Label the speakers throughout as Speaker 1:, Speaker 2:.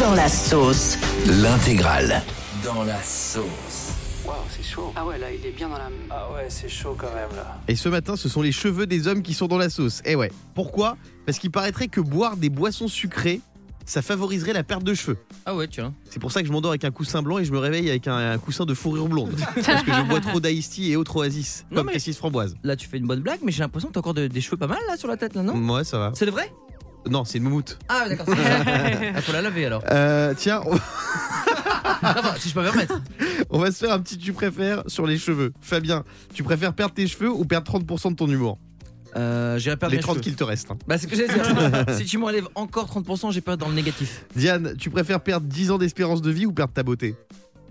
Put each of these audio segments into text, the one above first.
Speaker 1: Dans la sauce.
Speaker 2: L'intégrale. Dans la sauce.
Speaker 3: Waouh, c'est chaud.
Speaker 4: Ah ouais, là, il est bien dans la.
Speaker 3: Ah ouais, c'est chaud quand même là.
Speaker 5: Et ce matin, ce sont les cheveux des hommes qui sont dans la sauce. Eh ouais. Pourquoi Parce qu'il paraîtrait que boire des boissons sucrées, ça favoriserait la perte de cheveux.
Speaker 6: Ah ouais, tiens.
Speaker 5: C'est pour ça que je m'endors avec un coussin blanc et je me réveille avec un, un coussin de fourrure blonde. Parce que je bois trop d'Ice Tea et autres oasis,
Speaker 6: Non,
Speaker 5: comme
Speaker 6: mais-
Speaker 5: Cassis Framboise.
Speaker 6: Là, tu fais une bonne blague, mais j'ai l'impression que t'as encore de- des cheveux pas mal là sur la tête, là, non
Speaker 5: Ouais, ça va.
Speaker 6: C'est le vrai
Speaker 5: Non, c'est une moumoute.
Speaker 6: Ah, d'accord. c'est ça. Ah, faut la laver alors.
Speaker 5: Euh, tiens, on-
Speaker 6: Ah, Enfin, si je peux me permettre.
Speaker 5: on va se faire un petit tu préfères sur les cheveux. Fabien, tu préfères perdre tes cheveux ou perdre 30% de ton humour
Speaker 6: Euh, j'irai perdre
Speaker 5: Les
Speaker 6: mes
Speaker 5: 30
Speaker 6: cheveux.
Speaker 5: qu'il te reste. hein.
Speaker 6: Bah, c'est ce que j'allais dire. si tu m'enlèves encore 30%, j'ai peur dans le négatif.
Speaker 5: Diane, tu préfères perdre 10 ans d'espérance de vie ou perdre ta beauté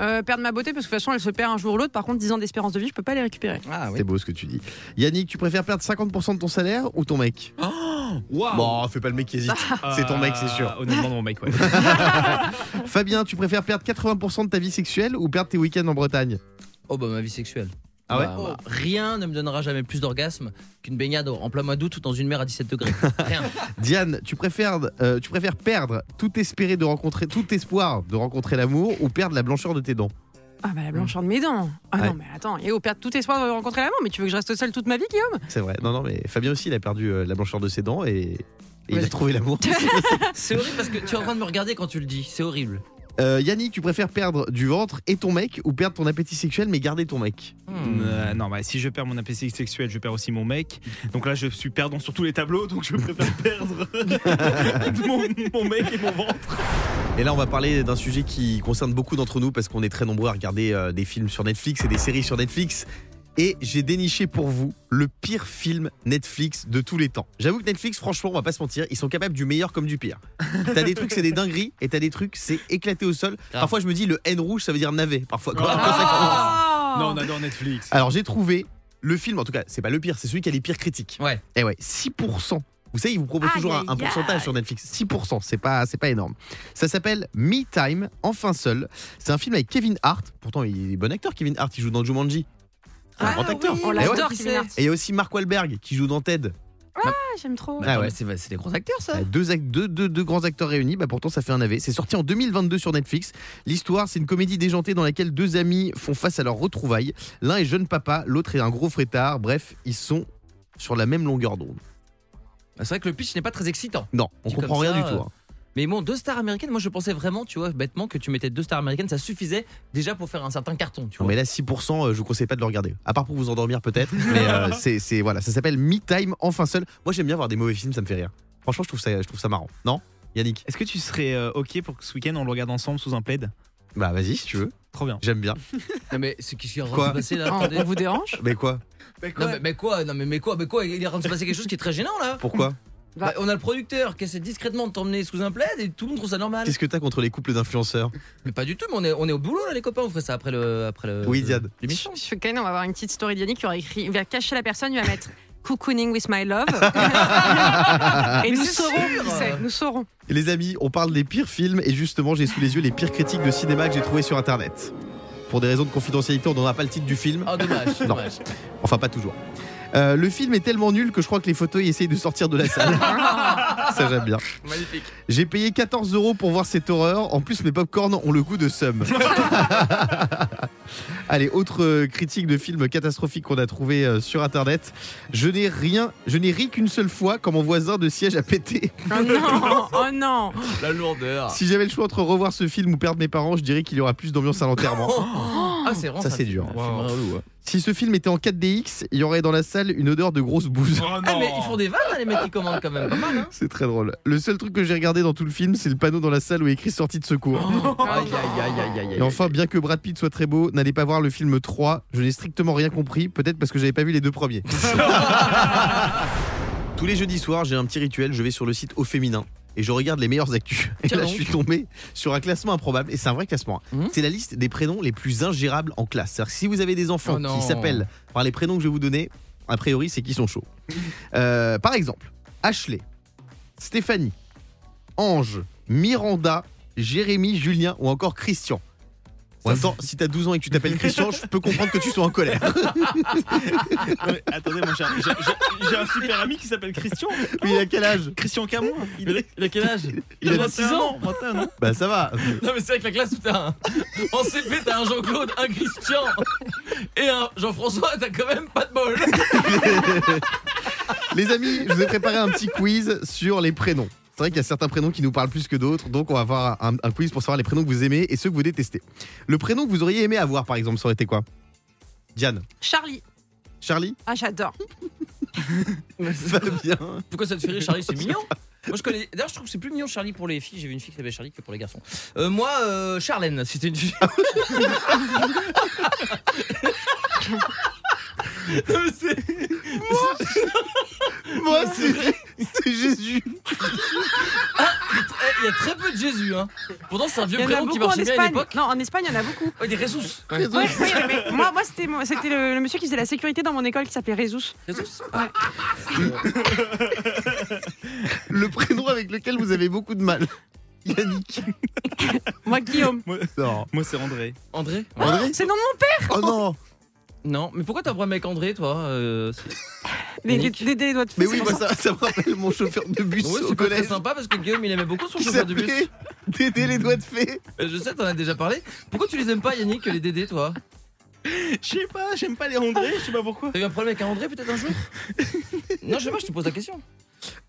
Speaker 4: Euh, perdre ma beauté, parce que de toute façon, elle se perd un jour ou l'autre. Par contre, 10 ans d'espérance de vie, je peux pas les récupérer.
Speaker 6: Ah
Speaker 5: C'est beau ce que tu dis. Yannick, tu préfères perdre 50% de ton salaire ou ton mec
Speaker 7: Oh, Waouh Ah,
Speaker 5: Bon, fais pas le mec qui hésite. c'est ton mec, c'est sûr.
Speaker 7: Honnêtement, mon mec, ouais.
Speaker 5: Fabien, tu préfères perdre 80% de ta vie sexuelle ou perdre tes week-ends en Bretagne
Speaker 6: Oh bah ma vie sexuelle.
Speaker 5: Ah ouais
Speaker 6: Bah, bah, Rien ne me donnera jamais plus d'orgasme qu'une baignade en plein mois d'août dans une mer à 17 degrés. Rien.
Speaker 5: Diane, tu préfères, euh, tu préfères perdre tout espéré de rencontrer, tout espoir de rencontrer l'amour ou perdre la blancheur de tes dents
Speaker 4: Ah bah, la blancheur de mes dents. Ah
Speaker 5: Ouais.
Speaker 4: non, mais attends. Et au perdre tout espoir de rencontrer l'amour, mais tu veux que je reste seule toute ma vie, Guillaume
Speaker 5: C'est vrai. Non, non, mais Fabien aussi, il a perdu euh, la blancheur de ses dents et, et il
Speaker 6: Ouais.
Speaker 5: a trouvé l'amour.
Speaker 6: C'est horrible parce que tu es en train de me regarder quand tu le dis. C'est horrible.
Speaker 5: Euh, Yannick, tu préfères perdre du ventre et ton mec ou perdre ton appétit sexuel mais garder ton mec
Speaker 6: Hmm.
Speaker 7: Euh, non, bah, si je perds mon appétit sexuel, je perds aussi mon mec. Donc là, je suis perdant sur tous les tableaux, donc je préfère perdre mon, mon mec et mon ventre.
Speaker 5: Et là, on va parler d'un sujet qui concerne beaucoup d'entre nous parce qu'on est très nombreux à regarder euh, des films sur Netflix et des séries sur Netflix. Et j'ai déniché pour vous le pire film Netflix de tous les temps. J'avoue que Netflix, franchement, on va pas se mentir, ils sont capables du meilleur comme du pire. T'as des trucs, c'est des dingueries, et t'as des trucs, c'est éclaté au sol.
Speaker 6: Grave.
Speaker 5: Parfois, je me dis le N rouge, ça veut dire navet. Parfois, quand- quand ça commence.
Speaker 4: Ah
Speaker 7: Non, on adore Netflix.
Speaker 5: Alors j'ai trouvé le film, en tout cas, c'est pas le pire, c'est celui qui a les pires critiques.
Speaker 6: Ouais.
Speaker 5: Et ouais, 6%. Vous savez, ils vous proposent
Speaker 4: Aïe,
Speaker 5: toujours un, un
Speaker 4: aïe,
Speaker 5: pourcentage sur Netflix. 6%, c'est pas, c'est pas énorme. Ça s'appelle Me Time, enfin seul. C'est un film avec Kevin Hart. Pourtant, il est bon acteur, Kevin Hart. Il joue dans Jumanji. C'est un
Speaker 4: Ah
Speaker 5: grand acteur.
Speaker 4: oui, on
Speaker 5: Eh
Speaker 4: l'adore,
Speaker 5: ouais.
Speaker 4: Kevin Hart.
Speaker 5: Et il y a aussi Mark Wahlberg qui joue dans Ted.
Speaker 4: Ah, J'aime trop.
Speaker 6: Bah,
Speaker 5: Ah
Speaker 6: attends,
Speaker 5: ouais.
Speaker 6: mais c'est, c'est des gros acteurs ça.
Speaker 5: Euh, Deux, ac- deux, deux- deux grands acteurs réunis, bah pourtant ça fait un AV. C'est sorti en 2022 sur Netflix. L'histoire, c'est une comédie déjantée dans laquelle deux amis font face à leur retrouvailles. L'un est jeune papa, l'autre est un gros frétard. Bref, ils sont sur la même longueur d'onde.
Speaker 6: Bah, c'est vrai que le pitch n'est pas très excitant.
Speaker 5: Non, on
Speaker 6: Dit comme
Speaker 5: comprend
Speaker 6: ça,
Speaker 5: rien du
Speaker 6: euh,
Speaker 5: tout. hein.
Speaker 6: Mais bon, deux stars américaines, moi je pensais vraiment, tu vois, bêtement, que tu mettais deux stars américaines, ça suffisait déjà pour faire un certain carton, tu
Speaker 5: Non,
Speaker 6: vois.
Speaker 5: mais là, 6%, euh, je vous conseille pas de le regarder. À part pour vous endormir peut-être. mais euh, c'est, c'est- voilà, ça s'appelle Me Time, enfin seul. Moi, j'aime bien voir des mauvais films, ça me fait rire. Franchement, je trouve ça, je trouve ça marrant. Non Yannick
Speaker 7: Est-ce que tu serais euh, OK pour que ce week-end, on le regarde ensemble sous un plaid
Speaker 5: Bah vas-y si tu veux.
Speaker 7: Trop bien.
Speaker 5: J'aime bien.
Speaker 6: Non, mais c'est qu'est-ce qui est en train
Speaker 5: Quoi
Speaker 6: de se passer là
Speaker 4: Ah,
Speaker 6: Attendez.
Speaker 4: on vous dérange
Speaker 5: Mais quoi
Speaker 6: Non, mais, mais quoi Non, mais, mais quoi Mais quoi Il est en train de se passer quelque chose qui est très gênant là.
Speaker 5: Pourquoi
Speaker 6: Bah, on a le producteur qui essaie discrètement de t'emmener sous un plaid et tout le monde trouve ça normal.
Speaker 5: Qu'est-ce que t'as contre les couples d'influenceurs
Speaker 6: Mais pas du tout, mais on est, on est au boulot là, les copains, on ferait ça après le. Après le
Speaker 5: Oui,
Speaker 6: le-
Speaker 5: Diane.
Speaker 6: L'émission.
Speaker 4: Je fais quand on va avoir une petite story de Yannick qui aura écrit, il va cacher la personne, il va mettre cocooning with my love. et nous
Speaker 6: c'est
Speaker 4: saurons,
Speaker 6: sûr.
Speaker 4: qui c'est, nous saurons.
Speaker 5: Et Les amis, on parle des pires films et justement j'ai sous les yeux les pires critiques de cinéma que j'ai trouvées sur internet. Pour des raisons de confidentialité, on donnera pas le titre du film.
Speaker 6: Ah, dommage, dommage.
Speaker 5: Enfin pas toujours. Euh, le film est tellement nul que je crois que les photos essayent de sortir de la salle. Ça j'aime bien.
Speaker 6: Magnifique.
Speaker 5: J'ai payé 14 euros pour voir cette horreur. En plus mes popcorns ont le goût de somme. Allez, autre euh, critique de film catastrophique qu'on a trouvé euh, sur internet. Je n'ai rien, je n'ai ri qu'une seule fois quand mon voisin de siège a pété.
Speaker 4: Oh non, oh non.
Speaker 6: La lourdeur.
Speaker 5: Si j'avais le choix entre revoir ce film ou perdre mes parents, je dirais qu'il y aura plus d'ambiance à l'enterrement.
Speaker 6: Ah, c'est vraiment
Speaker 5: Ça,
Speaker 6: ça,
Speaker 5: c'est
Speaker 6: un
Speaker 5: dur.
Speaker 6: film- un film
Speaker 7: Wow.
Speaker 6: relou, hein.
Speaker 5: Si ce film était en 4DX, il y aurait dans la salle une odeur de grosse bouse.
Speaker 7: Oh non
Speaker 6: Ah, mais ils font des vannes, hein, les mecs qui commandent quand même pas mal. Hein.
Speaker 5: C'est très drôle. Le seul truc que j'ai regardé dans tout le film, c'est le panneau dans la salle où est écrit sortie de secours.
Speaker 6: Aïe, aïe, aïe, aïe, aïe,
Speaker 5: Et enfin, bien que Brad Pitt soit très beau, n'allez pas voir le film 3. Je n'ai strictement rien compris, peut-être parce que j'avais pas vu les deux premiers. Tous les jeudis soirs, j'ai un petit rituel, je vais sur le site Au Féminin et je regarde les meilleures actus. Et
Speaker 6: Tiens
Speaker 5: là, je
Speaker 6: donc.
Speaker 5: suis tombé sur un classement improbable, et c'est un vrai classement. hein.
Speaker 6: Mhm.
Speaker 5: C'est la liste des prénoms les plus ingérables en classe. C'est-à-dire que si vous avez des enfants
Speaker 6: Oh non.
Speaker 5: qui s'appellent par les prénoms que je vais vous donner, a priori, c'est qu'ils sont chauds. Euh, par exemple, Ashley, Stéphanie, Ange, Miranda, Jérémy, Julien ou encore Christian. En même temps, si t'as 12 ans et que tu t'appelles Christian, je peux comprendre que tu sois en colère.
Speaker 7: Non, mais attendez, mon cher, j'ai- j'ai- j'ai un super ami qui s'appelle Christian.
Speaker 5: Mais il a quel âge
Speaker 7: Christian Camon. Il, est-
Speaker 6: Il a quel âge
Speaker 7: il
Speaker 6: Il a
Speaker 7: 21
Speaker 6: 6 ans
Speaker 7: ans.
Speaker 5: Bah ça va.
Speaker 6: Non mais c'est vrai que la classe, putain, en CP t'as un Jean-Claude, un Christian et un Jean-François, t'as quand même pas de bol.
Speaker 5: Les amis, je vous ai préparé un petit quiz sur les prénoms. C'est vrai qu'il y a certains prénoms qui nous parlent plus que d'autres, donc on va avoir un, un quiz pour savoir les prénoms que vous aimez et ceux que vous détestez. Le prénom que vous auriez aimé avoir, par exemple, ça aurait été quoi Diane,
Speaker 4: Charlie.
Speaker 5: Charlie,
Speaker 4: Ah, j'adore.
Speaker 5: Fabien,
Speaker 6: Pourquoi ça te fait rire Charlie C'est mignon. Moi je connais. D'ailleurs je trouve que c'est plus mignon Charlie pour les filles. J'ai vu une fille qui s'appelait Charlie que pour les garçons. Euh, moi euh, Charlène, c'était une fille. Non, mais c'est-
Speaker 5: moi c'est c'est Jésus.
Speaker 6: Eh, Il y a très peu de Jésus hein. Pourtant c'est un vieux
Speaker 4: Il y en a
Speaker 6: prénom qui
Speaker 4: beaucoup en
Speaker 6: marchait bien à
Speaker 4: Espagne.
Speaker 6: l'époque. Oh,
Speaker 4: Non, en Espagne, il y en a beaucoup.
Speaker 6: Ouais, des Ressus.
Speaker 4: Ouais, ouais, mais moi, moi c'était moi, c'était le, le monsieur qui faisait la sécurité dans mon école qui s'appelait Résus.
Speaker 6: Ressus.
Speaker 5: Le prénom avec lequel vous avez beaucoup de mal. Yannick.
Speaker 4: Moi, Guillaume.
Speaker 5: Non.
Speaker 7: Moi, c'est André.
Speaker 6: André.
Speaker 5: André
Speaker 4: C'est non mon père.
Speaker 5: Oh non
Speaker 6: Non mais pourquoi t'as un problème avec André toi euh, c'est-
Speaker 4: Les, les,
Speaker 6: Nick.
Speaker 4: les- les doigts de fou.
Speaker 5: Mais oui, moi, ça, ça me rappelle mon chauffeur de bus
Speaker 6: Ouais,
Speaker 5: au
Speaker 6: c'est pas très
Speaker 5: collège.
Speaker 6: sympa parce que Guillaume il aimait beaucoup son
Speaker 5: Qui
Speaker 6: chauffeur de bus.
Speaker 5: s'appelait Dédé les doigts de fée.
Speaker 6: Euh, Je sais, t'en as déjà parlé. Pourquoi tu les aimes pas, Yannick, les Dédés, toi
Speaker 7: Je sais pas, j'aime pas les André, je sais pas pourquoi.
Speaker 6: T'as eu un problème avec un André, peut-être, un jour Non, je sais pas, je te pose la question.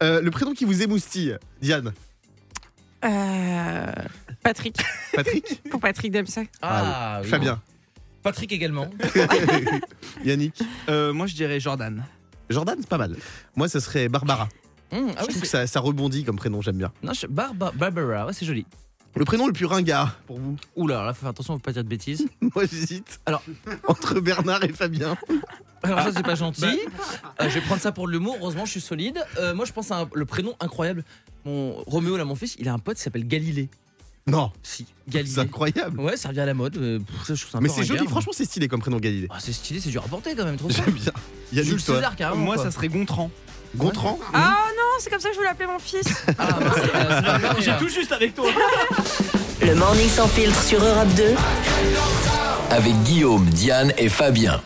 Speaker 5: Euh, le prénom qui vous émoustille, Diane.
Speaker 4: Euh, Patrick.
Speaker 5: Patrick
Speaker 4: Pour Patrick Dempsey.
Speaker 5: Ah Fabien.
Speaker 6: Patrick également.
Speaker 5: Yannick.
Speaker 7: Euh, moi, je dirais Jordan.
Speaker 5: Jordan, c'est pas mal. Moi, ça serait Barbara.
Speaker 6: Hum, ah
Speaker 5: je
Speaker 6: oui,
Speaker 5: trouve
Speaker 6: c'est...
Speaker 5: que ça, ça rebondit comme prénom, j'aime bien.
Speaker 6: Non, je- Barba- Barbara, ouais, c'est joli.
Speaker 5: Le prénom le plus ringard pour vous
Speaker 6: Oula, alors là, faut faire attention, faut pas dire de bêtises.
Speaker 5: Moi, j'hésite.
Speaker 6: Alors-
Speaker 5: entre Bernard et Fabien.
Speaker 6: Alors ça, c'est
Speaker 5: Ah,
Speaker 6: pas gentil.
Speaker 5: bah.
Speaker 6: Euh, je vais prendre ça pour de l'humour, heureusement, je suis solide. Euh, moi, je pense à un- le prénom incroyable. Mon Roméo, là, mon fils, il a un pote qui s'appelle Galilée.
Speaker 5: Non,
Speaker 6: Si,
Speaker 5: c'est
Speaker 6: Galilée.
Speaker 5: incroyable.
Speaker 6: Ouais, ça revient à la mode. euh, pff, ça, je trouve ça un hein.
Speaker 5: Mais
Speaker 6: peu
Speaker 5: c'est joli,
Speaker 6: ringard, mais-
Speaker 5: franchement, c'est stylé comme prénom Galilée.
Speaker 6: Ah, c'est stylé, c'est dur à porter quand même, trop
Speaker 5: J'aime bien.
Speaker 6: Jules
Speaker 5: Yannick, toi.
Speaker 6: César, carrément.
Speaker 7: moi,
Speaker 6: quoi.
Speaker 7: ça serait Gontran.
Speaker 5: Gontran
Speaker 4: Ah non, c'est comme ça que je voulais appeler mon fils.
Speaker 6: Ah, bah, c'est- euh, c'est pas grave, mais, euh,
Speaker 7: tout juste avec toi.
Speaker 1: Le morning sans filtre sur Europe 2.
Speaker 2: Avec Guillaume, Diane et Fabien.